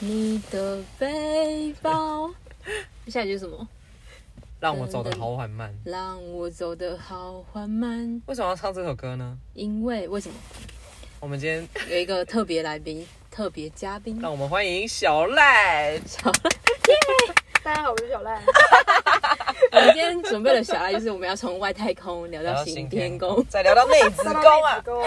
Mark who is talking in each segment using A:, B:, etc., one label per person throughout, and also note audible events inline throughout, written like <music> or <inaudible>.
A: 你的背
B: <laughs>
A: 包。下一句是什么？
B: 让我走得好缓慢。
A: 让我走得好缓慢，
B: 为什么要唱这首歌呢？
A: 因为为什么
B: 我们今 <laughs> 天
A: 有一个特别来宾、 <laughs> 特别嘉宾？
B: 让我们欢迎小赖。 <laughs>
A: 小赖，
C: 大家好，我是小赖。
A: 我们今天准备的小赖就是我们要从外太空聊
B: 聊
A: 到
B: 到
A: 新
B: 新
A: 天
B: 天
A: 宫，
B: 再聊到内子宫啊， <laughs>
C: 宫，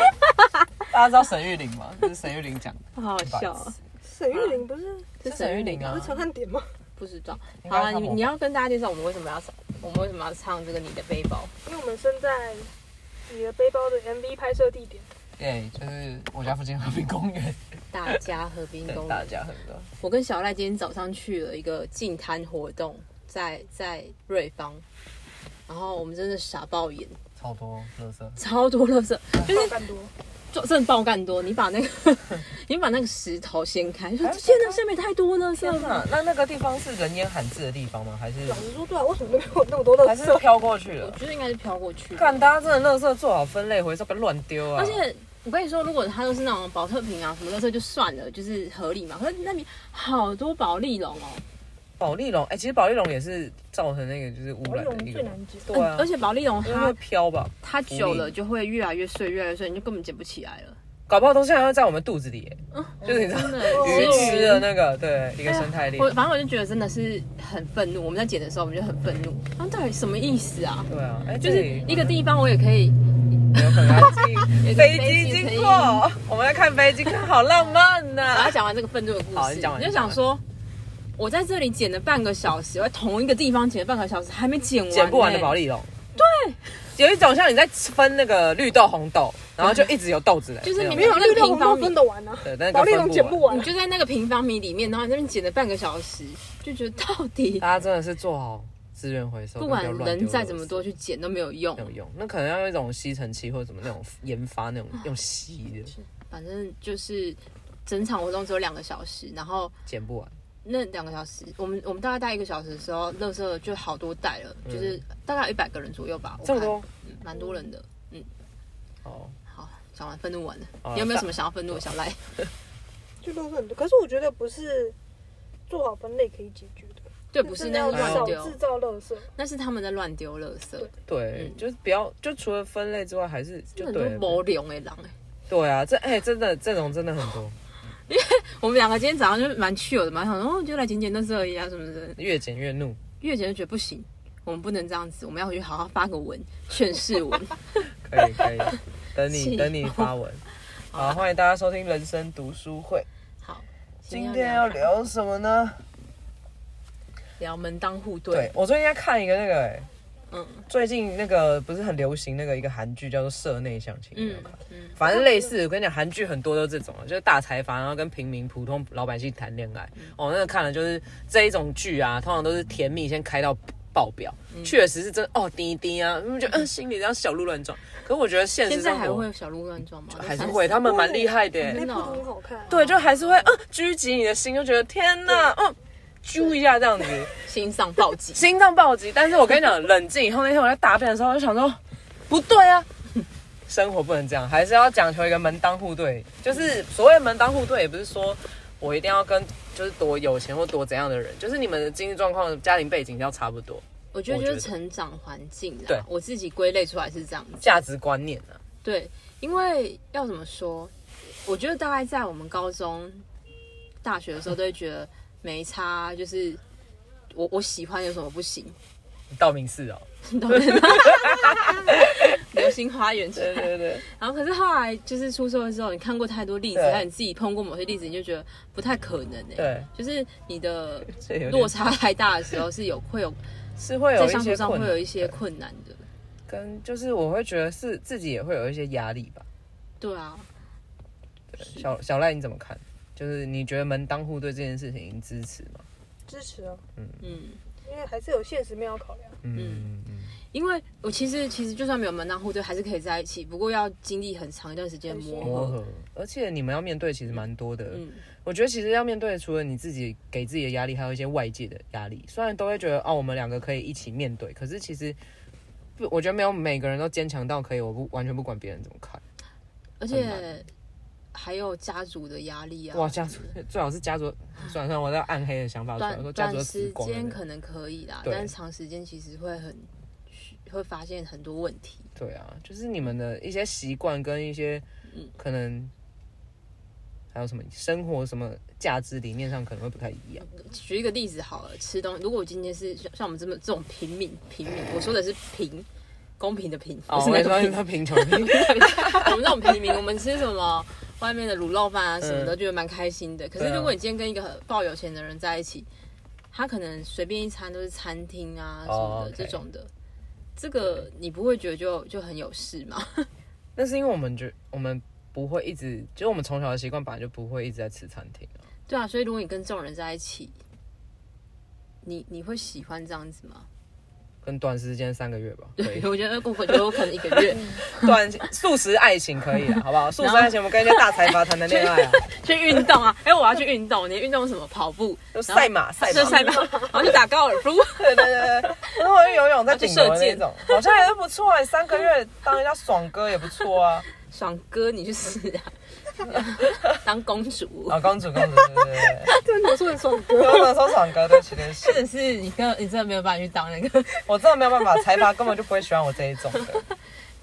B: 大家知道沈玉玲吗？这是沈玉玲讲的，
A: 好好笑
B: 不好意
A: 啊！
B: 思
C: 沈玉玲不是
A: 是
B: 沈玉玲
A: 吗
B: 啊
C: 不是陈汉典吗？
A: 不知道。
B: 应该
A: 好了，啊
B: 是他
A: 你
B: 们
A: 你要跟大家介绍我们为什么要唱，我们为什么要唱这个你的背包？
C: 因为我们身在你的背包的 MV 拍摄地点，
B: 耶，就是我家附近和平公园，
A: 大家和平公
B: <laughs> 对大
A: 园。
B: 家很多。
A: 我跟小赖今天早上去了一个净滩活动，在在瑞芳，然后我们真的傻爆眼，
B: 超多乐色，
A: 超多垃圾，
C: 爆干多。
A: 就真的爆干多。你把那
B: <laughs>
A: 个你把那个石头掀开，就说天哪，下面太多垃圾
B: 天
A: 了。
B: 哪！那那个地方是人烟罕至的地方吗？还是
C: 老实说，对啊，为什么那边有那么多垃
B: 还是
C: 圾？
B: 飘过去
A: 我
B: 了？
A: 觉得应该是飘过去的。
B: 看大家真的乐色做好分类回收，别乱丢啊！
A: 而且我跟你说，如果它都是那种保特瓶啊什么的，这就算了，就是合理嘛。可是那边好多保利龙哦，
B: 保利龙，哎、其实保利龙也是造成那个就是污
C: 我
B: 染的
C: 用
B: 那个，
C: 最难解，
B: 对啊，
A: 而且保利龙
B: 因为会
A: 它
B: 飘吧，
A: 它久了就会越来越碎，越来越碎，你就根本捡不起来了。
B: 搞不好东西还会在我们肚子里耶，就是你知道
A: 嗯真的
B: 鱼
A: 吃
B: 吃的那个，对，一个生态
A: 哎
B: 链
A: 呀我，反正我就觉得真的是很愤怒。我们在剪的时候，我们就很愤怒。啊，到底什么意思啊？
B: 对啊，哎、
A: 就
B: 这
A: 是
B: 里
A: 一个地方我也可以，
B: 有可能还
A: <laughs> 有
B: 进
A: 个飞机
B: 飞机
A: 可以
B: 经过，我们要看飞机，看好浪漫呐、
A: 然后讲完这个愤怒的故
B: 好
A: 事，
B: 你讲完
A: 你就想说。我在这里剪了半个小时，我在同一个地方剪了半个小时，还没剪完、
B: 捡不完的
A: 哎
B: 保利龙，对，有一种像你在分那个绿豆红豆，然后就一直有豆子的，
A: 就是你
B: 那
C: 没
B: 种
C: 有绿豆红豆分得完啊，
B: 对，但是
C: 保利龙
B: 分
C: 捡
B: 不
C: 不
B: 完。
C: 完
A: 你。就在那个平方米里面，然后你那边剪了半个小时，就觉得到
B: <laughs>
A: 底
B: 大家真的是做好资源回收，
A: 不
B: 跟要
A: 管
B: 乱
A: 人
B: 丢
A: 再
B: 垃
A: 怎么
B: 圾
A: 多去剪都没有用
B: 没，有用，那可能要用一种吸尘器或者什么那种研发那种用吸的，
A: 反正就是整场活动只有两个小时，然后
B: 剪不完。
A: 那两个小时，我们我们大概待一个小时的时候，垃圾就好多袋了，就是大概一百个人左右吧，我
B: 嗯这么
A: 看
B: 多
A: 嗯蛮多人的。
B: 哦，
A: 好，讲完愤怒完了，
B: 好啊
A: 你有没有
B: 大
A: 什么想要愤怒的小赖？
C: 就垃圾很多，可是我觉得不是做好分类可以解决的，
A: 对，不是
C: 真
A: 那样
C: 的要
A: 乱
C: 少
A: 丢
C: 制，造垃圾。
A: 那是他们在乱丢垃圾，
C: 对
B: 对，
A: 嗯
B: 就是不要，就除了分类之外，还是就
A: 很多
B: 对了
A: 毛龙哎狼哎。
B: 对啊，这哎、真的这种真的很多，
A: 我们两个今天早上就蛮去有的嘛，想说哦就来捡捡垃圾而已啊什么的，
B: 越剪越怒，
A: 月姐就觉得不行，我们不能这样子，我们要回去好好发个文，劝世文。
B: 可以可 <laughs> 以，等
A: 气
B: 你等你发 <laughs> 文。好，欢迎大家收听人生读书会。
A: 好，
B: <laughs> 今天要聊什么呢？
A: 聊门当户对，
B: 对我最近在看一个那个、哎
A: 嗯
B: 最近那个不是很流行那个一个韩剧叫做《社内相亲》，你有没有
A: 嗯
B: 看？
A: 嗯，
B: 反正类似，我跟你讲，韩剧很多都这种，就是大财阀，然后跟平民普通老百姓谈恋爱。哦，那个看了就是这一种剧啊，通常都是甜蜜先开到爆表，确、实是真的哦，滴滴啊，嗯，就嗯心里这样小鹿乱撞。可我觉得现实
A: 现在
B: 生
A: 还会
B: 活
A: 有小鹿乱撞吗？
B: 还是会，他们蛮厉害的耶、
C: 那
A: 真的
C: 部
A: 哦
C: 很好看，
B: 对，就还是会嗯狙击你的心，就觉得天哪，嗯。揪一下这样子，。
A: 心脏暴击
B: 心脏暴击。但是我跟你讲，冷静以后，那天我在大便的时候，我就想说，不对啊，生活不能这样，还是要讲求一个门当户对。就是所谓门当户对，也不是说我一定要跟就是多有钱或多怎样的人，就是你们的经济状况、家庭背景要差不多，
A: 我觉得
B: 我
A: 就
B: 觉
A: 是
B: 得
A: 成长环境啦
B: 对，
A: 我自己归类出来是这样子。
B: 价值观念啊，
A: 对，因为要怎么说，我觉得大概在我们高中、大学的时候，都会觉得没差，就是我我喜欢有什么不行， <laughs>
B: 道明寺哦，
A: 懂吗？流星花园之类
B: 对
A: 的
B: 对对，
A: 然后可是后来就是出社会之后，你看过太多例子，
B: 对
A: 还有你自己碰过某些例子，你就觉得不太可能哎、
B: 对，
A: 就是你的
B: 这有点
A: 落差太大的时候，是有会有
B: 是会有
A: 在
B: 一
A: 相处
B: 些
A: 上
B: 困
A: 会
B: 难啊
A: 有一些困难的。
B: 跟就是我会觉得是自己也会有一些压力吧。
A: 对啊，
B: 小小赖你怎么看？就是你觉得门当户对这件事情你支持吗？
C: 支持啊，
A: 嗯，
C: 因为还是有现实面要考量。
B: 嗯嗯。
A: 因为我其实其实就算没有门当户对，还是可以在一起，不过要经历很长一段时间磨
B: 磨
A: 合。
B: 合，而且你们要面对其实蛮多的。
A: 哦嗯，
B: 我觉得其实要面对，除了你自己给自己的压力，还有一些外界的压力。虽然都会觉得哦，我们两个可以一起面对，可是其实不，我觉得没有每个人都坚强到可以，我不完全不管别人怎么看。
A: 而
B: 很
A: 且还有家族的压力啊。
B: 哇，家族 <laughs> 最好是家族，算了算了，我在暗黑的想法出来，我说
A: 短
B: 家族
A: 短
B: 的
A: 时
B: 死光了
A: 间可能可以啦，
B: 对
A: 但是长时间其实会很会发现很多问题。
B: 对啊，就是你们的一些习惯跟一些
A: 嗯
B: 可能还有什么生活什么价值理念上可能会不太一样。
A: 举一个例子好了，吃东如果我今天是像像我们这么这种平民平民，我说的是平，公平的平，不
B: 哦，我
A: 是那
B: 也
A: 个
B: 说
A: 平。
B: 他贫穷，贫穷
A: <laughs> 我们这种平民，我们吃什么外面的卤肉饭啊什么的，觉得蛮开心的。可是
B: 嗯对啊
A: 如果你今天跟一个很爆有钱的人在一起，他可能随便一餐都是餐厅啊什么
B: 哦
A: 的
B: ，OK
A: 这种的，这个你不会觉得就就很有事吗？ <laughs>
B: 那是因为我们觉我们不会一直，就是我们从小的习惯本来就不会一直在吃餐厅啊。
A: 对啊，所以如果你跟这种人在一起，你你会喜欢这样子吗？
B: 跟短时间三个月
A: <laughs>
B: 吧，可以。
A: 我觉得我觉得我可能一个
B: <laughs>
A: 月
B: 短素食爱情可以了，好
A: <laughs>
B: 不好？素食爱情，我们跟一些大财阀谈谈恋爱啊，
A: 去运动啊，哎、我要去运动，你运动什么？跑步，
B: 就赛马，赛
A: 就
B: 马，
A: 赛马，然后去打高尔夫。
B: 对对对，对，然后我就游泳在顶
A: 去
B: 楼的
A: 射
B: 那
A: 箭
B: 种，好像也是不错哎、三个月当人家爽哥也不错啊。
A: 爽哥，你去死
B: <laughs>
A: 啊！当公主，
B: 啊，公主公主，对对对
C: 对，我说很爽
B: 对，
C: 哥，
B: 我能哦说爽哥，对不起对不起，
A: 真的是你跟你真的没有办法去当那个
B: 我真的没有办法，财阀根本就不会喜欢我这一种的。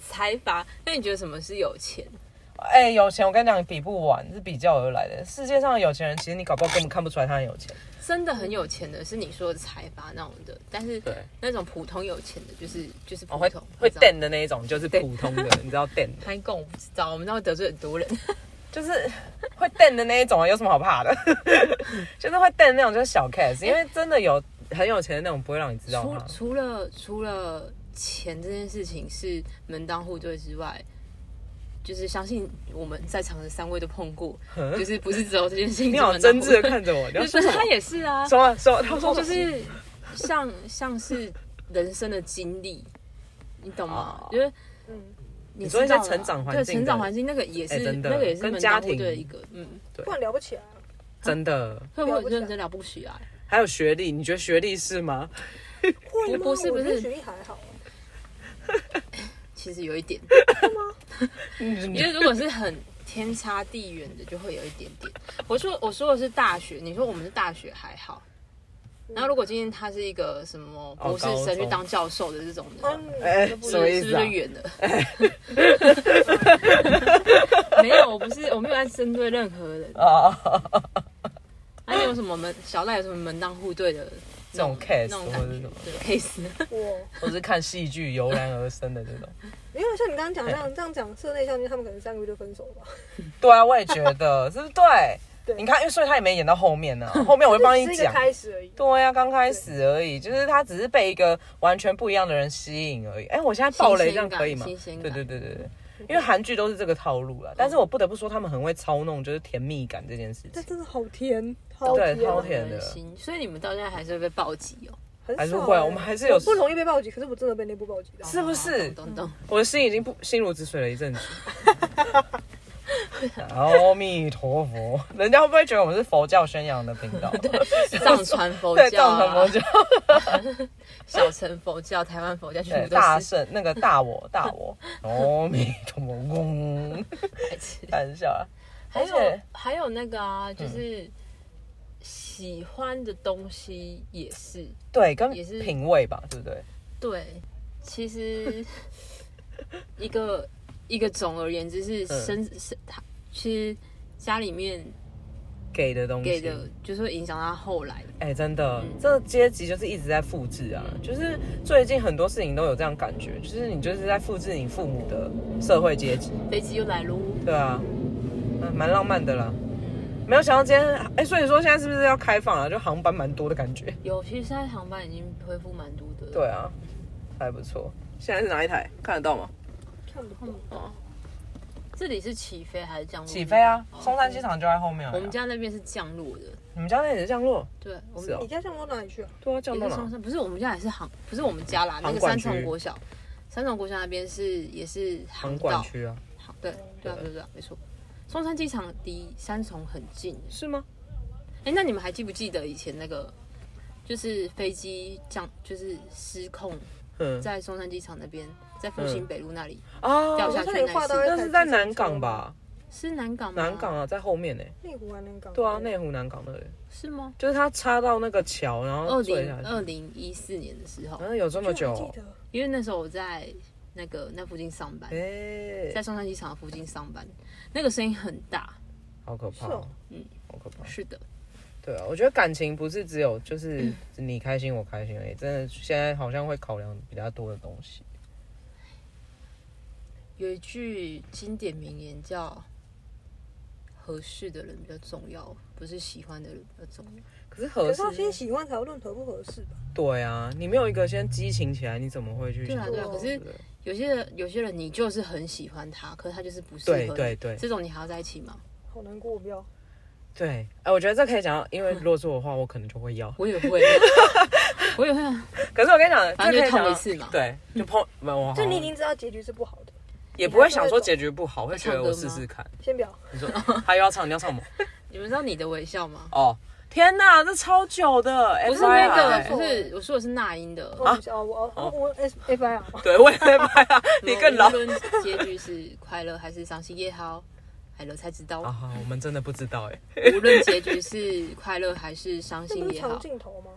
A: 财阀。那你觉得什么是有钱？
B: 哎、有钱我跟你讲，比不完，是比较而来的。世界上的有钱人，其实你搞不好根本看不出来他很有钱。
A: 真的很有钱的是你说的财阀那种的，但是
B: 对
A: 那种普通有钱的，就是就是
B: 哦，
A: 普
B: 会
A: 通
B: 会
A: 你知道吗
B: 电的那一种，就是普通的，你知道电的，
A: 开供我不知道，我们那会得罪很多人。
B: <laughs> 就是会电的那一种啊，有什么好怕的？ <laughs> 就是会电的那种，就是小 case，因为真的有很有钱的那种，不会让你知道
A: 除
B: 他。
A: 除了除了钱这件事情是门当户对之外，就是相信我们在场的三位都碰过，就是不是只有这件事情。
B: 嗯你好真挚的，看 <laughs> 着我，你要
A: 就是
B: 说什么
A: 他？也是啊，
B: 什么什么？他说
A: 就。是像像是人生的经历，你懂吗
B: 哦？
A: 就是
C: 嗯，
A: 你
B: 你
A: 知
B: 说
A: 道
B: 一些
A: 啦
B: 成长环
A: 对
B: 境
A: 成
B: 的
A: 长环境那个也是
B: 哎真的
A: 那个也是
B: 跟
A: 门
B: 家
A: 当户
B: 庭
A: 对的一个，嗯，
C: 不然聊不起来。啊
B: 真的，
A: 会不
C: 了
A: 会
C: 不起
A: 认
C: 来
A: 真了不起啊？
B: 还有学历，你觉得学历是吗？
C: 会吗
A: 不是不是
C: 我觉得学历还好啊，
A: 其实有一点，
B: 你
A: 你觉得如果是很天差地远的，就会有一点点。我说我说的是大学，你说我们是大学还好。然后如果今天他是一个什么博士
B: 哦高
A: 生去
B: 中
A: 当教授的这种的，
C: 嗯，
B: 哎
C: 都不一
B: 什
C: 样
B: 么
A: 是
B: 意
A: 不是
B: 思啊
A: 就远了？ <laughs> 没有，我不是，我没有在针对任何人。
B: 啊，
A: 那、你有什么门小赖有什么门当户对的
B: 这种 case
A: 那种
B: 或
A: 感
B: 者是
A: 觉
B: 什么，
A: 对 case？
C: 我
B: 我是看戏剧油然而生的这种。
C: 没有像你刚刚讲这
B: 哎
C: 样这样讲社内相亲，他们可能三个月就分手了吧？
B: 对啊，我也觉得，是不是对？
C: 对
B: 你看，因为所以他也没演到后面呢、后面我会帮你
C: 这是一个
B: 讲。
C: 开始而已。
B: 对呀、啊，刚开始而已，就是他只是被一个完全不一样的人吸引而已。哎、我现在爆雷这样可以吗？
A: 新鲜
B: 对
A: 感
B: 对对对对，因为韩剧都是这个套路啊。但是我不得不说，他们很会操弄，就是甜蜜感这件事
C: 但
B: 情。
C: 真的好甜，好
B: 对
C: 甜
B: 超
C: 啊，
B: 甜的
A: 心，所以你们到现在还是会被暴击哦，
C: 很少
B: 还是会啊
C: 欸
B: 我们还是有
C: 不容易被暴击，可是我真的被内部暴击到。
B: 是不是
A: 哦懂懂懂。
B: 我的心已经不心如止水了
A: <laughs>
B: 一阵子。阿弥陀佛，人家会不会觉得我们是佛教宣扬的频
A: <laughs>
B: 道？
A: 藏传佛
B: <laughs> 对，
A: 教、
B: 藏传佛
A: 啊、
B: 教，
A: 小乘佛教、台湾佛教全
B: 对，
A: 部都
B: 大
A: 是
B: 圣那个大我大
A: <laughs>
B: 我，阿弥陀佛，嗡
A: 白痴。
B: 开玩笑啊。
A: 还有
B: 而且嗯
A: 还有那个啊，就是喜欢的东西也是。
B: 对，跟
A: 也是
B: 品味吧，对不对？
A: 对，其
B: <laughs>
A: 实一个一个总而言之是
B: 嗯
A: 生生他其实家里面
B: 给的东西，
A: 给的，就是会影响他后来。
B: 哎、真的，这个阶级就是一直在复制啊，就是最近很多事情都有这样感觉，就是你就是在复制你父母的社会阶级，
A: 飞机又来喽，
B: 对啊，嗯，蛮浪漫的啦。
A: 嗯，
B: 没有想到今天，哎、所以说现在是不是要开放啊了？就航班蛮多的感觉。 <laughs>
A: 有，其实现在航班已经恢复蛮多的。
B: 对，啊，还不错。现在是哪一台？看得到吗？
C: 看不懂，
A: 这里是起飞还是降落？
B: 起飞啊！
A: 哦
B: 松山机。场就在后面、啊。
A: 我们家那边是降落的，
B: 你们家那也是降落？
A: 对，我们
B: 是哦
C: 你家向往哪里去啊？
B: 对啊，降
A: 也
B: 落
A: 是
B: 了
A: 松。山，不是我们家也是航，不是我们家啦，那
B: 航
A: 个
B: 管
A: 三
B: 区
A: 重国小，三重国小那边是也是
B: 航
A: 航
B: 管
A: 道，
B: 区啊？
A: 好，对对啊，
B: 对
A: 对对啊，没错。松山机场离三重很近。
B: 是吗？
A: 哎、那你们还记不记得以前那个，就是飞机降，就是失控
B: 嗯
A: 在松山机场那边，在复兴北路那里、
B: 啊，
A: 掉
C: 我
A: 下
C: 说
A: 去
C: 差点
A: 那
C: 画
A: 一
C: 到
A: 次？
B: 那是在南港吧？
A: 是南港吗？
B: 南港啊，在后面呢、
C: 内湖啊，那港。
B: 对啊，内湖南港那里，
A: 是吗？
B: 就是他插到那个桥，然后
A: 二
B: 坠
A: 零
B: 下去。
A: 二零一四年的时候
B: 好，像有这么久、
C: 我
B: 哦
C: 记？得
A: 因为那时候我在那个那附近上班
B: 哎、，
A: 在松山机场附近上班，那个声音很大。
B: 好可怕、
C: 是哦
A: 嗯，
B: 好可怕。
A: 是的，
B: 对啊，我觉得感情不是只有就是
A: 嗯
B: 你开心我开心而已，真的现在好像会考量比较多的东西。
A: 有一句经典名言叫“合适的人比较重要，不是喜欢的人比较重要
B: 可是
C: 可
B: 合
C: 是要先
B: 适，
C: 喜欢才会论合不合适吧？
B: 对啊，你没有一个先激情起来，你怎么会去？”。
A: 对啊，对啊。
C: 哦
A: 可是
B: 不对
A: 有些人，有些人你就是很喜欢他，可是他就是不适合
B: 对
A: 你。
B: 对对
A: 这种你还要在一起吗？
C: 好难过，我不要。
B: 对，哎、我觉得这可以讲到，因为如果是我的话，我可能就会要。
A: 我也会，啊
B: <laughs>
A: 我也会啊，
B: 可是我跟你讲，
A: 反正
B: 这可
A: 就
B: 以讲
A: 痛
B: 到
A: 一，次嘛。
B: 对，就碰，没有我好
C: 就
B: 像
C: 你已经知道结局是不好的，
B: 也不会想说结局不好，会觉
A: 唱
B: 得
A: 歌
B: 我
A: 吗
B: 试试看。
C: 先不要。
B: 你说他又要唱，你要唱什么？
A: 你们知道你的微笑
B: <laughs>
A: 吗？
B: 哦，天哪，这超久的，
A: 不是
B: FIR
A: 那
B: 欸
A: 个，不是我说的是那英的。
C: 我哦，我哦，我 S F I 啊，
B: 对，我也在 <laughs> 拍啊， <laughs> 你更老
A: 无。论结局是快乐还是伤心也好，海了才知道。
B: 啊，我们真的不知道哎。
A: 无论结局是快乐还是伤
C: <laughs> 那
A: 心
C: 不是
A: 也
C: 长
A: 好，
C: 镜头吗？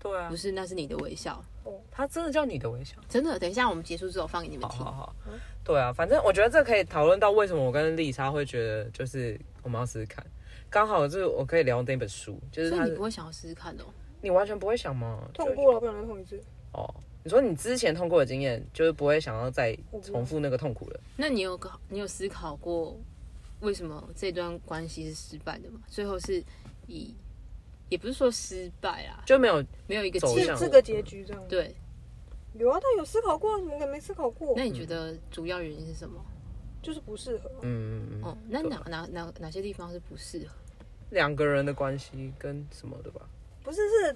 B: 对啊
A: 不，是，那是你的微笑。
B: 他真的叫你的微笑。
A: 真的，等一下我们结束之后放给你们
B: 好
A: 听
B: 好。好
C: 嗯，
B: 对啊，反正我觉得这可以讨论到为什么我跟丽莎会觉得就是我们要试试看。刚好就是我可以聊那本书，哦就是
A: 所以
B: 他
A: 你，不会想要试试看哦？
B: 你完全不会想吗？
C: 痛过了，不想再痛一次。
B: 就哦。你说你之前痛过的经验，就是不会想要再
C: 我不
B: 重复那个痛苦了。
A: 那你有考，你有思考过为什么这段关系是失败的吗？最后是以，也不是说失败啦，
B: 就没有
A: 没有一个
B: 走
A: 结
B: 向
A: 果
C: 是这个结局这样。
A: 对，
C: 有啊，但有思考过，怎么可能没思考过
A: 那？你觉得主要原因是什么？
C: 就是不适合。
B: 嗯嗯嗯
A: 哦，那哪哪哪哪些地方是不适合？
B: 两个人的关系跟什么的吧？
C: 不是，是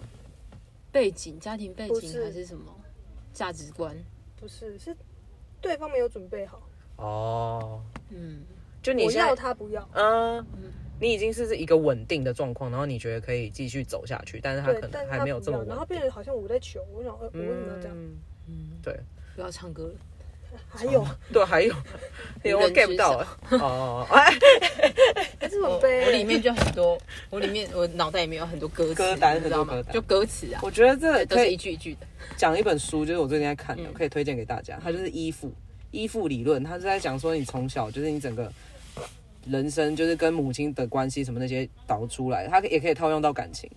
A: 背景、家庭背
C: 不
A: 景
C: 是
A: 还是什么价值观？
C: 不是是对方没有准备好？
B: 哦，
A: 嗯，
B: 就你
C: 我
B: 现在
C: 要他不要。
B: 嗯，你已经是一个稳定的状况，然后你觉得可以继续走下去，但是他
C: 对
B: 可，
C: 但
B: 能
C: 是
B: 还
C: 他
B: 没有
C: 不
B: 这么
C: 要，
B: 稳定。
C: 然后变得好像我在求，我想，呃，我为什么要这样？
B: 嗯，
A: 不要唱歌了，
C: 还有，
B: 对，
A: <laughs>
B: 还有，
A: 人
B: 连我 get 不到
A: 知
B: 欸哦，哎，
C: 还是
A: 我
B: 哦
C: 很
A: 里
C: 哎悲。
A: 面就很多，我里面我脑袋里面有很多歌词，
B: 歌单
A: 你知道
B: 很
A: 吗
B: 多歌？单
A: 就歌词啊，
B: 我觉得这
A: 都
B: 可
A: 是一
B: 以
A: 句一句的。
B: 讲一本书，就是我最近在看的，
A: 嗯
B: 可以推荐给大家，它就是依附依附理论，它是在讲说你从小就是你整个。人生就是跟母亲的关系什么那些导出来，它也可以套用到感情。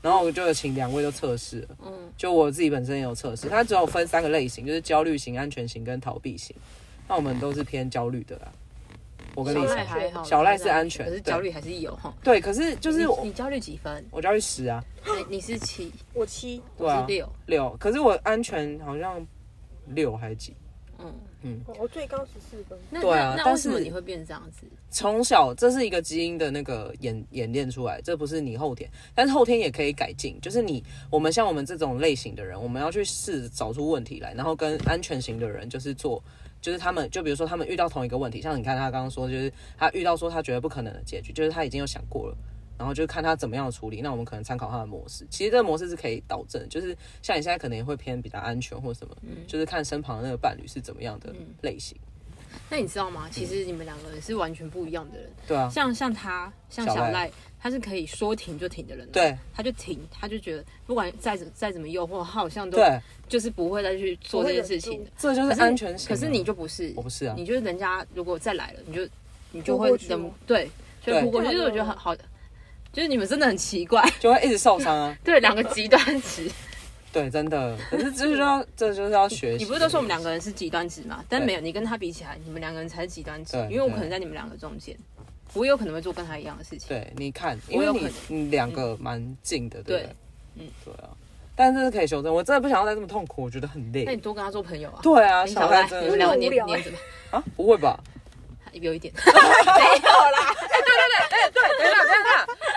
B: 然后我就有请两位都测试了，
A: 嗯，
B: 就我自己本身也有测试，它只有分三个类型，就是焦虑型、安全型跟逃避型。那我们都是偏焦虑的啦。我跟
A: 小
B: 你
A: 赖
B: 说，
A: 还好，啊
B: 小赖是安全
A: 可是焦虑还是有哈。
B: 对，可是就是
A: 你
B: 我
A: 你焦虑几
B: <gasps>
A: 分？
B: 我焦虑十啊，
A: 你你是七，
C: 我七，
B: 对
A: 我
B: 啊
A: 是六，
B: 六，可是我安全好像六还是几？
A: 嗯，
C: 哦我最高十四分。
A: 那
B: 对啊
A: 那那
B: 但
A: 为什么
B: 是
A: 你会变这样子？
B: 从小这是一个基因的那个演演练出来，这不是你后天，但是后天也可以改进。就是你我们像我们这种类型的人，我们要去试找出问题来，然后跟安全型的人就是做。就是他们，就比如说他们遇到同一个问题，像你看他刚刚说，就是他遇到说他觉得不可能的结局，就是他已经有想过了，然后就看他怎么样处理。那我们可能参考他的模式，其实这个模式是可以导正，就是像你现在可能也会偏比较安全或什么，就是看身旁的那个伴侣是怎么样的类型，
A: 那你知道吗？其实你们两个人是完全不一样的人。
B: 对啊，
A: 像像他，像
B: 小
A: 小
B: 赖
A: 赖，他是可以说停就停的人。啊
B: 对，
A: 他就停，他就觉得不管再怎再怎么诱惑，他好像都
B: 对，
A: 就是不会再去做这件事
C: 不会
A: 情
C: 忍。
B: 这就是
A: 可是
B: 安全型啊。
A: 可是你就不是，
B: 我不是啊
A: 你就是人家如果再来了，你就你就
C: 扑
A: 会
C: 过去
A: 忍
C: 吗
A: 对，就
B: 对
A: 扑过去。
C: 对啊
A: 就是我觉得很好，就是你们真的很奇怪， <laughs>
B: 就会一直受伤啊。
A: 对，两个极端值。
B: <laughs> 对，真的。可是这就是要，这就是要学习。
A: 你不是都说我们两个人是极端值嘛？但
B: 对
A: 没有，你跟他比起来，你们两个人才是极端值
B: 对，
A: 因为我
B: 对
A: 可能在你们两个中间，我也有可能会做跟他一样的事情。
B: 对？你看，因
A: 我
B: 为
A: 有
B: 你
A: 可能
B: 你两个蛮近的，嗯对不对
A: 对？嗯，
B: 对啊。但这是可以修正，我真的不想要再这么痛苦，我觉得很
A: 那
B: 累
A: 你。多跟他做朋友啊。
B: 对啊，
A: 哎
B: 小
A: 小
B: 孩
A: 赖，
B: 真
A: 你
B: 的
A: 们
B: 是
A: 两个
C: 很无
A: 黏
C: 聊
A: 黏着吧，
C: <laughs>
B: 啊，不会吧？
A: 有一
B: <laughs>
A: 点。
B: 对，等一下，等一下。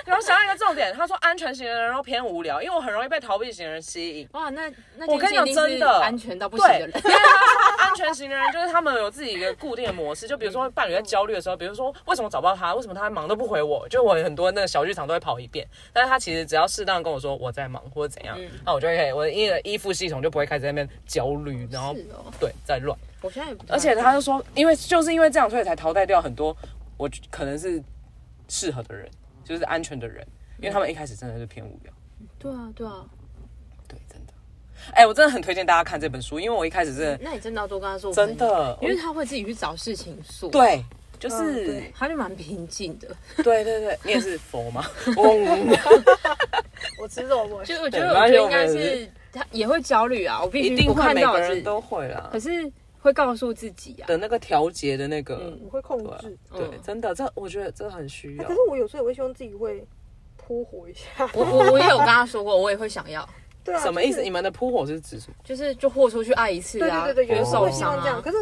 B: 然后想到一个重点，他说安全型的人都偏无聊，因为我很容易被逃避型的人吸引。
A: 哇，那那
B: 我跟
A: 今
B: 你
A: 天
B: 讲
A: 一定
B: 真
A: 是
B: 的
A: 安全 <laughs> 到不行
B: 对，
A: 的
B: 因
A: 人，
B: 为他说安全型的人就是他们有自己一个固定的
A: <laughs>
B: 模式，就比如说伴侣在焦虑的时候，比如说为什么找不到他，为什么他忙都不回我，就我有很多那个小剧场都会跑一遍，但是他其实只要适当地跟我说我在忙或者怎
A: 嗯
B: 样，那我就会可以我的依依附系统就不会开始在那边焦虑，然后
A: 是哦
B: 对在乱，
A: 我现在也不知道
B: 而且他就说，因为就是因为这样，所以才淘汰掉很多我可能是适合的人，就是安全的人，因为他们一开始真的是偏无聊。
A: 对啊，对啊。
B: 对，真的。哎、我真的很推荐大家看这本书，因为我一开始真的
A: 那你真的要多跟他说，
B: 真，的，
A: 因为他会自己去找事情做。，
B: 对，就
C: 嗯
B: 是、
C: 对
A: 他就蛮平静的。
B: 对对对，你也是佛 <laughs> 吗？嗡
C: 我吃肉味，
A: 就我觉
B: 对
A: 得，
B: 没
A: 我觉
B: 关
A: 得应该
B: 系我们
A: 是他也会焦虑啊。我必
B: 一
A: 须
B: 定
A: 我
B: 会，
A: 看
B: 每
A: 到
B: 个
A: 的
B: 人
A: 是，
B: 都会啦
A: 可。是会告诉自己啊。
B: 的那个调节的那个，
A: 嗯
C: 我会控
B: 对
C: 制。
B: 对，
A: 嗯
B: 真的，这我觉得这很需
C: 哎
B: 要
C: 可。是我有时候也会希望自己会扑火一下。 <laughs>
A: 我我我也有跟他说过，我也会想要，
C: 对啊，
B: 什么意思？
C: 就是
B: 你们的扑火是指什么？
A: 就是就豁出去爱一次
C: 对
A: 啊，
C: 对对对，有
A: 就
C: 时候
A: 受
C: 会希
A: 伤
C: 望这
A: 啊
C: 样，，可是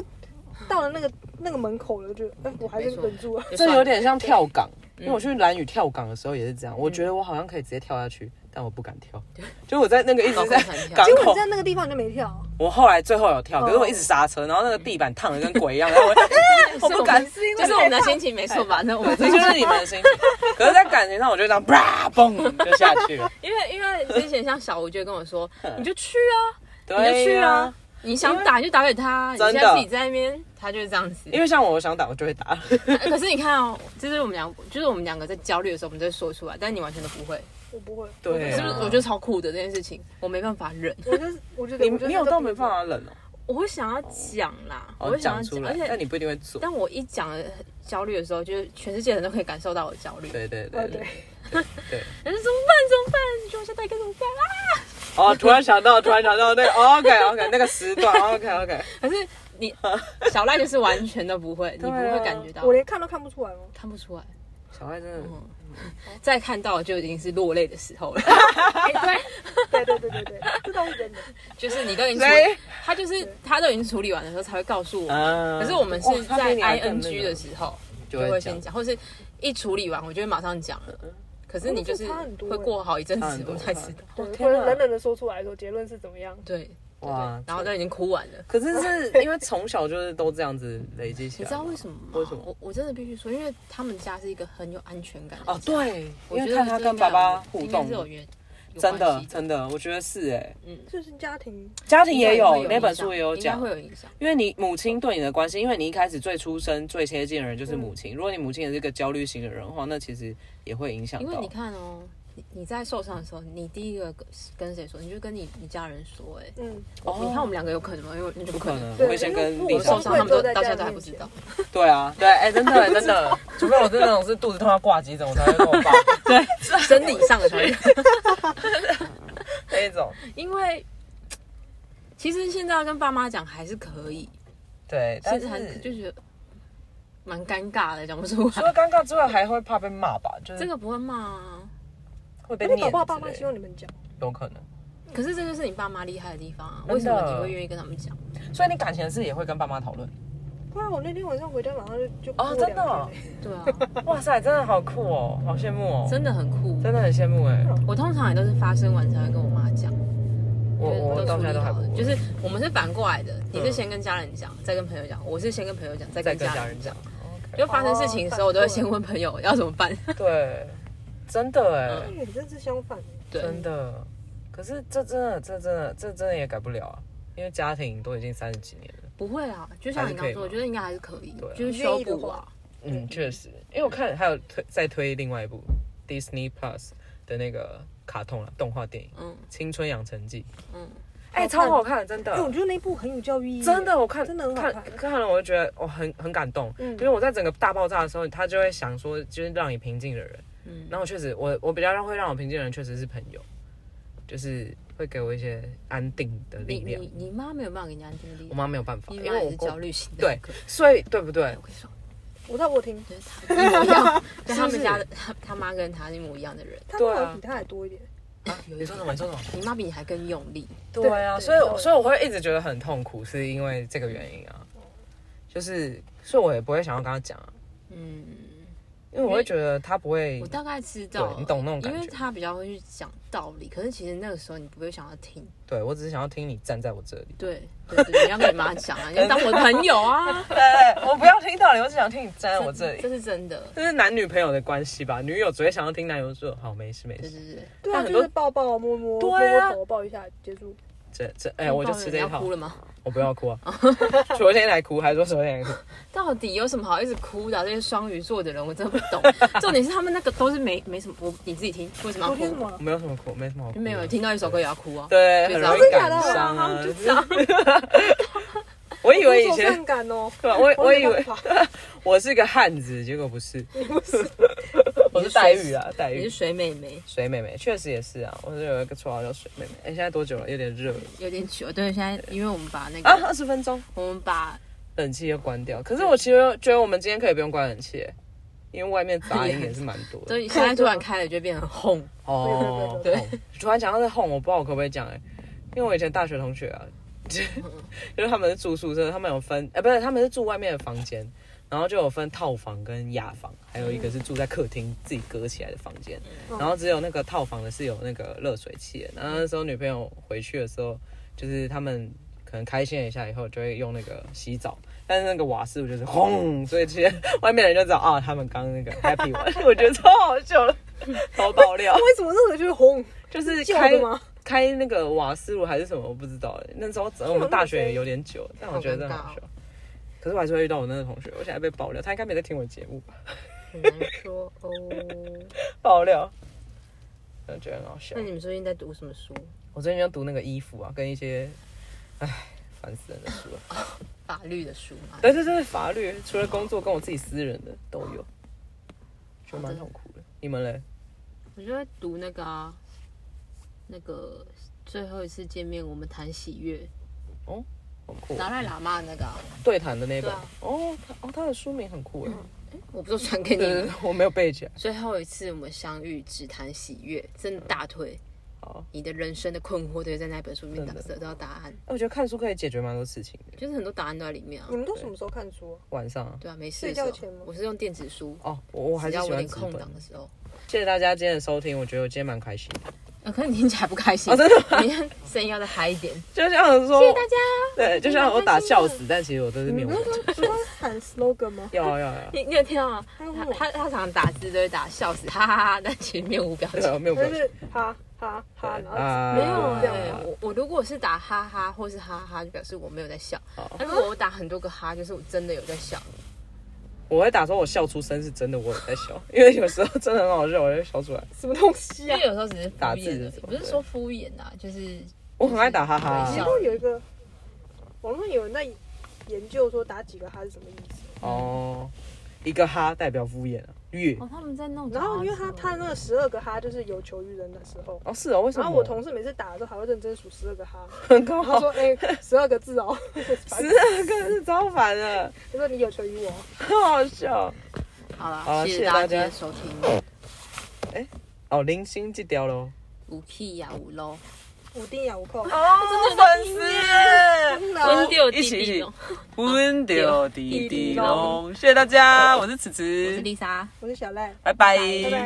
C: 到了那个那个门口了，就哎，我还是忍住了。
A: 就
B: 这
A: 算
B: 有
A: 了
B: 点像跳港，因为
A: 嗯
B: 我去蓝屿跳港的时候也是这样，我觉得我好像可以直接跳下去，但我不敢跳，就我在那个一直
A: 高
B: 在
A: 空弹跳
B: 港
C: 结果
B: 口
C: 你，在那个地方你就没跳，
B: 我后来最后有跳，可是我一直刹车，然后那个地板烫的跟鬼一样，然后我我不敢，
A: 是因为就是我们的心情没错吧？那我
B: <laughs>
A: 们
B: 这就是你们的心情。可是，在感情上，我就这样啪嘣就下去了，
A: <laughs> 因为因为之前像小吴就跟我说，
B: 嗯
A: 你就去啊，
B: 对、
A: 你就去啊，，你想打就打给他，你
B: 真的
A: 现在自己在那边，他就是这样子。
B: 因为像我想打，我就会打。
A: 可是你看哦，就是我们两，就是我们两个在焦虑的时候，我们就会说出来，但你完全都不会，
C: 我不会。
B: 对啊
A: 是不是？我觉得超酷的这件事情，我没办法忍，
C: 我就是我觉得
B: 你
C: 我就是
B: 你有
C: 这
B: 到
C: 个
B: 没办法冷哦，
A: 我会想要讲啦，我
B: 哦
A: 会想要
B: 讲出
A: 讲，
B: 来
A: 而，且
B: 但你不一定会做。
A: 当我一讲焦虑的时候，就是全世界人都可以感受到我的焦虑。
B: 对对
C: 哦
B: 对
C: 对
B: 对，对。
A: 但是怎么办？怎么办？就我现在该怎么办啊？
B: 哦，突然想到，突然想到那个 OK 哦 OK 那个时段哦 OK OK，
A: 可是
B: <laughs>
A: 你小赖就是完全都不会，你
B: 对
A: 不
B: 啊
A: 会感觉到，
C: 我连看都看不出来吗？哦
A: 看不出来。
B: 小孩真的
A: 哦再看到就已经是落泪的时
B: <laughs>
A: 候了，
B: 哎
C: 对对对对对，这倒是真的。
A: <laughs> 就是你都已经处
B: 谁
A: 他就是他都已经处理完的时候才会告诉我。
B: 啊
A: 可是我们
B: 哇
A: 是
B: 他比
A: 在
B: 你还
A: ing
B: 更那个
A: 的时候
B: 就
A: 就
B: 会
A: 会
B: 讲嗯
A: 先，讲，或是一处理完我就会马上讲了。可是你就是
C: 哦那差很多
A: 会过好一阵
B: 欸差很
A: 子
B: 多
A: 我才知道，
C: 对，
B: 天
C: 或者
B: 哪
C: 冷冷的说出来的时候，结论是怎么样？
A: 对，
B: 哇，
A: 然后都已经哭完了。
B: 可是是因为从小就是都这样子累积
A: 你
B: 起来
A: 知
B: 吗，
A: 道为什么吗？
B: 为什么
A: 我我真的必须说，因为他们家是一个很有安全感的
B: 哦，
A: 家，
B: 对，
A: 我
B: 因
A: 觉得
B: 为看他
A: 这应
B: 跟
A: 该
B: 爸
A: 有
B: 爸互
A: 应该是有
B: 动，
A: 缘，有
B: 真
A: 关
B: 的
A: 系的
B: 真的，我觉得是哎，
C: <laughs> 就是家庭
B: 家庭也有
A: 应该会
B: 那本
A: 影响
B: 书也有
A: 应该
B: 讲
A: 会，有影响。
B: 因为你母亲对你的关心，因为你一开始最出生最贴近的人就是母
D: 嗯
B: 亲，如果你母亲也是个焦虑型的人的话，那其实也会影响
A: 因为
B: 到
A: 你，看哦，你你在受伤的时候，你第一个跟跟谁说？你就跟你你家人说、哎、
C: 嗯，
B: 哦
A: 你看我们两个有可能吗？因为那就
B: 不
A: 不
B: 可
A: 可能。
B: 能，
C: 对
B: 我以前跟
C: 因为
B: 丽
A: 我
C: 我
B: 莎
A: 受
C: 不
A: 伤，
C: 会
A: 他们都
C: 都在
A: 到现
C: 家人
A: 在还
C: 面
A: 不知
C: 前
A: 道。
B: 对啊，对，哎、真
D: <laughs>
B: 的真的，
D: 除非我是那种是肚子痛要挂急诊，我才会跟我爸
A: 生理上的才会，
D: 那一种。
A: <laughs> 因为其实现在要跟爸妈讲还是可以，
D: 对，但
A: 但
D: 是
A: 是还就觉得蛮尴尬的，讲不出
D: 除
A: 来。
D: 了尴尬之外，还会怕被骂吧？就是
A: 这个不会骂啊，
D: 会被
C: 而
D: 念
C: 且
D: 之类的。
C: 搞不好爸妈希望你们讲，
D: 有可能，
A: 可是这就是你爸妈厉害的地方啊！为什么你会愿意跟他们讲？
D: 所以你感情的事也会跟爸妈讨论。
C: 不然我那天晚上回家马上就就哭
D: 哦
C: 了
D: 真的哦
C: 两天欸
A: 对啊，
D: 哇塞，真的好酷哦，好羡慕哦，
A: 真的很酷。
D: 真的很羡慕哎。
A: 我通常也都是发生完才会跟我妈讲。
D: 我我到现在都还不嗯
A: 就是我们是反过来的，你是先跟家人讲，再跟朋友讲，我是先跟朋友讲，再
D: 再
A: 跟
D: 跟
A: 家
D: 家
A: 人
D: 人
A: 讲
D: 讲。。OK
A: 就发生事情的时候，
C: 哦
A: 我都会先问朋友要怎么
D: <laughs>
A: 办。
D: 对，真的
C: 哎，你真是相反欸，
D: 哎，
A: 对，
D: 真的。可是这真的，这真的，这真的也改不了啊，因为家庭都已经三十几年了。
A: 不会啦，就像你刚
D: 还是可以
A: 刚
D: 吗
A: 说，我觉得应该还是可以
D: 对啊，
A: 就是修补啊。
B: 嗯
D: 嗯，确实，因为我看还有推再推另外一部 Disney Plus 的那个卡通啊了动画电影《
A: 嗯
D: 青春养成记》，
A: 嗯，
D: 哎、
C: 好看
D: 超好看，真
B: 嗯
C: 哎，我
D: 的，
C: 觉得那一部很有教育意义，
D: 真的，我看
C: 真的很好
D: 看
C: 看
D: 看了，我就觉得我很很感动，
C: 嗯
D: 因为我在整个大爆炸的时候，他就会想说，就是让你平静的人，
A: 嗯
D: 然后确实，我我比较让会让我平静的人确实是朋友，就是会给我一些安定的
A: 你
D: 力量
A: 你。你妈没有办法给你家听的力
D: 我
A: 量，
D: 妈没有办法，
A: 你
D: 因
A: 妈
D: 为
A: 也
D: 我
A: 是
D: 公
A: 焦虑型的。
D: 对
A: 可
D: 所以对不对
A: 我？跟你说，
C: 我知道我听，
A: 就是她
D: <laughs>
A: 一模一样，
D: 是
A: 对他
D: 不是
A: 们家的他他妈跟他一模一样的人，
C: 他
D: 对啊
C: 可能比他还多一点，
A: 有
D: 你
A: 一
D: 说什
A: 种
D: 么？你说什么？
A: 你妈比你还更用力。
D: 对啊，
C: 对
D: 所以
C: 对
D: 所以我会一直觉得很痛苦，是因为这个原因啊，就是所以我也不会想要跟他讲啊，
A: 嗯，
D: 因为我会觉得他不会
A: 我，大概知道，
D: 对你懂那种感觉
A: 因为他比较会去讲道理，可是其实那个时候你不会想要听。
D: 对我只是想要听你站在我这里，
A: 对对对，你要跟你
D: <laughs>
A: 妈讲啊，你要当我的朋友啊，
D: 对，哎我不要听到你，我只想听你站在我这
A: 这 <laughs>
D: 里。
A: 是真的。
D: <laughs> 这是男女朋友的关系吧？女友只会想要听男友说好没事没
A: 对
D: 事，
A: 对对，
C: 对
D: 但
C: 啊，
D: 很
C: 就
D: 多
C: 是抱抱摸摸，
D: 对
C: 摸摸
D: 啊
C: 头抱一下结束，
B: 这这哎、我就吃这一
A: 要
B: 套
A: 哭，了吗？
B: 我不要哭啊！
A: <laughs>
B: 昨天来哭，还说昨天来哭，
A: 到底有什么好一直哭的啊、这些双鱼座的人我真的不
D: <laughs>
A: 懂。重点是他们那个都是没没什么，我你自己听为什么要
C: 昨天什
A: 哭？
C: 么？
B: 没有什么哭，没什么好哭
A: 就
B: 的。
A: 没有听到一首歌也要哭啊？
B: 对，
A: 就
B: 很
A: 是真
B: 容易
A: 的
C: 假
B: 感
C: 的
B: 伤
A: 好
B: 啊
A: 就。
B: 就是
D: <laughs>
B: 我以为以前
C: 上感哦， <laughs>
B: 对吧啊我我以
C: 没
B: 为
C: 办法
B: <laughs> 我是个汉子，结果不 <laughs> 是，
C: 不是
B: 我是黛玉啊，黛
A: 你
B: 玉
A: 是水美眉，
B: 水妹妹，确实也是啊。我是有一个绰号叫水妹妹。哎、现在多久了？有点热了
A: 有点久。对，现在因为我们把那个、
B: 啊，二十分钟，
A: 我们把
B: 冷气又关掉。可是我其实觉得我们今天可以不用关冷气耶，因为外面杂音也是蛮多
A: 所
B: 的。
A: 以现在突然开了就变得很轰。
B: 哦，
A: 对
B: 哄突然讲到这哄，我不知道我可不可以讲哎，因为我以前大学同学啊，就是他们是住宿舍，他们有分，哎、不是，他们是住外面的房间，然后就有分套房跟雅房，还有一个是住在客厅自己隔起来的房间，然后只有那个套房的是有那个热水器的，然后那时候女朋友回去的时候，就是他们可能开心了一下以后就会用那个洗澡。但是那个瓦斯炉就是轰，所以其实外面的人就知道啊，他们刚那个 happy 完，我 <laughs> 觉得超好笑的， <laughs> 超爆料。
C: 为什么那时候就是红？
B: 就是
C: 旧
B: 开
C: 的吗？
B: 开那个瓦斯炉还是什么，我不知道欸。那时候整个我们大学也有点久，但我觉得真的好笑。可是我还是会遇到我那个同学，我现在被爆料，他应该没在听我节目吧？
A: 很难说哦。
B: 爆料，我觉得很好笑
A: 那。你们最近在读什么书？
B: 我最近要读那个衣服啊，跟一些，唉，烦死人的书啊了。
A: 法律的书吗？
B: 对对对，法律除了工作跟我自己私人的都有，就蛮痛苦的。你们嘞？
A: 我就在读那个啊，那个最后一次见面我们谈喜悦，
B: 很酷，
A: 达赖喇嘛的那个啊、
B: 对谈的那
A: 对
B: 本
A: 啊
B: 哦，他哦他的书名很酷哎，
A: 我不是传给你
B: 对对
A: 们。
B: 对， <laughs> 我没有背起来。
A: 最后一次我们相遇，只谈喜悦，真的大推。
B: 好，
A: 你的人生的困惑都会在那本书里面
B: 真的
A: 得到答案，
B: 哎我觉得看书可以解决蛮多事情的，
A: 就是很多答案都在里面啊
B: 嗯
C: 你。们都什么时候看书啊？
B: 晚上啊。
A: 对啊，没事的时
C: 睡觉前
A: 候
C: 吗，
A: 我是用电子书，
B: 哦，我我还
A: 只
B: 是
A: 要
B: 喜
A: 我有
B: 欢
A: 点
B: 纸
A: 空
B: 本
A: 档。的时候。
B: 谢谢大家今天的收听，我觉得我今天蛮开心 <laughs> 的，
A: 呃，可是你听起来不开心，
B: 哦真的哦吗
A: 你声音要再嗨一点。
B: 就像说，
A: 谢谢大家。
B: 对，就像我打笑死，但其实我都是
C: 你
B: 面无
A: 嗯
C: 们
B: 表情。
C: 不是刚喊 slogan 吗？
B: 要啊要啊，
A: 你你有听到吗？
C: 还有
A: 他
C: 我，
A: 他他常常打字都会打笑死，哈哈哈，但其实面无表
B: 对
A: 情。
B: 啊，面无
C: 他
B: 表情。
C: 是哈哈哈，然后
B: 啊，
A: 没有哎、
B: 这样啊
A: 我我如果是打哈哈或是哈哈，就表示我没有在笑
B: 哦。
A: 那如果我打很多个哈，就是我真的有在笑。
B: 我会打说我笑出声是真的，我有在笑， <laughs> 因为有时候真的很好笑，我就会笑出来。
C: 什么东西
A: <laughs> 因
C: 啊
A: 为？有时候只是敷
B: 打字
A: 衍
B: 是
A: 而
B: 什
A: 已，
B: 么
A: 不是说敷衍啊，就是
B: 我很爱打哈哈
A: 对
C: 其
A: 笑
B: 啊。
C: 中有一个网络有人在研究说打几个哈是什么意思，
B: 哦，一个哈代表敷衍啊，月
A: 哦，他们在弄。
C: 然后因为他他那个十二个哈就是有求于人的时候。
B: 哦是哦，为什
C: 然
A: 啊
B: 么？
C: 后我同事每次打的时候还会认真数十二个哈，
B: <laughs> 很高
C: 然后说哎十二个字哦，
B: 十二个是超烦的，
C: 他说你有求于我，
B: 很好笑。
A: 好
B: 好
A: 了，
B: 啦
A: 谢
B: 谢谢
A: 大
B: 大
A: 今
B: 家
A: 天收听，
B: 哦，零星记掉喽。
A: 五 K 呀五喽，
C: 五定呀五扣，
B: 哦，真的粉丝。
A: 温掉
B: 一
A: 弟
B: 起
A: 弟哦咯，
B: <laughs> 温哦丢滴滴龙，谢谢大家，我是慈
A: 我是
B: 慈，
A: 丽莎。
C: 我是小赖，
B: 拜拜，
C: 拜拜。